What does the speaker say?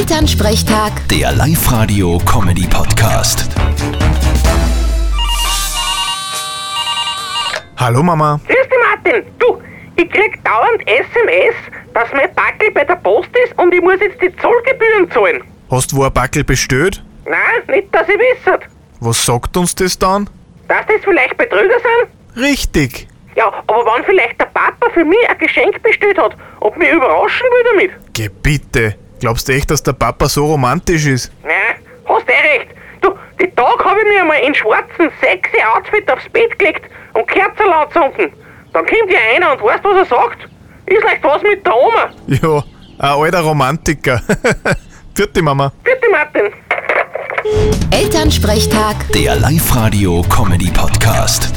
Elternsprechtag, Der Live-Radio-Comedy-Podcast. Hallo Mama. Grüß dich, Martin. Du, ich krieg dauernd SMS, dass mein Packel bei der Post ist und ich muss jetzt die Zollgebühren zahlen. Hast wo ein Backel bestellt? Nein, nicht, dass ich wisset. Was sagt uns das dann? Dass das vielleicht Betrüger sind? Richtig. Ja, aber wann vielleicht der Papa für mich ein Geschenk bestellt hat und mich überraschen will damit? Geh bitte. Glaubst du echt, dass der Papa so romantisch ist? Nein, hast eh recht. Du, die Tag habe ich mir einmal in schwarzen, sexy Outfit aufs Bett gelegt und Kerzen anzünden. Dann kommt ja einer und weißt, was er sagt? Ist leicht was mit der Oma. Ja, ein alter Romantiker. Vierte Mama. Bitte, Martin. Elternsprechtag. Der Live-Radio-Comedy-Podcast.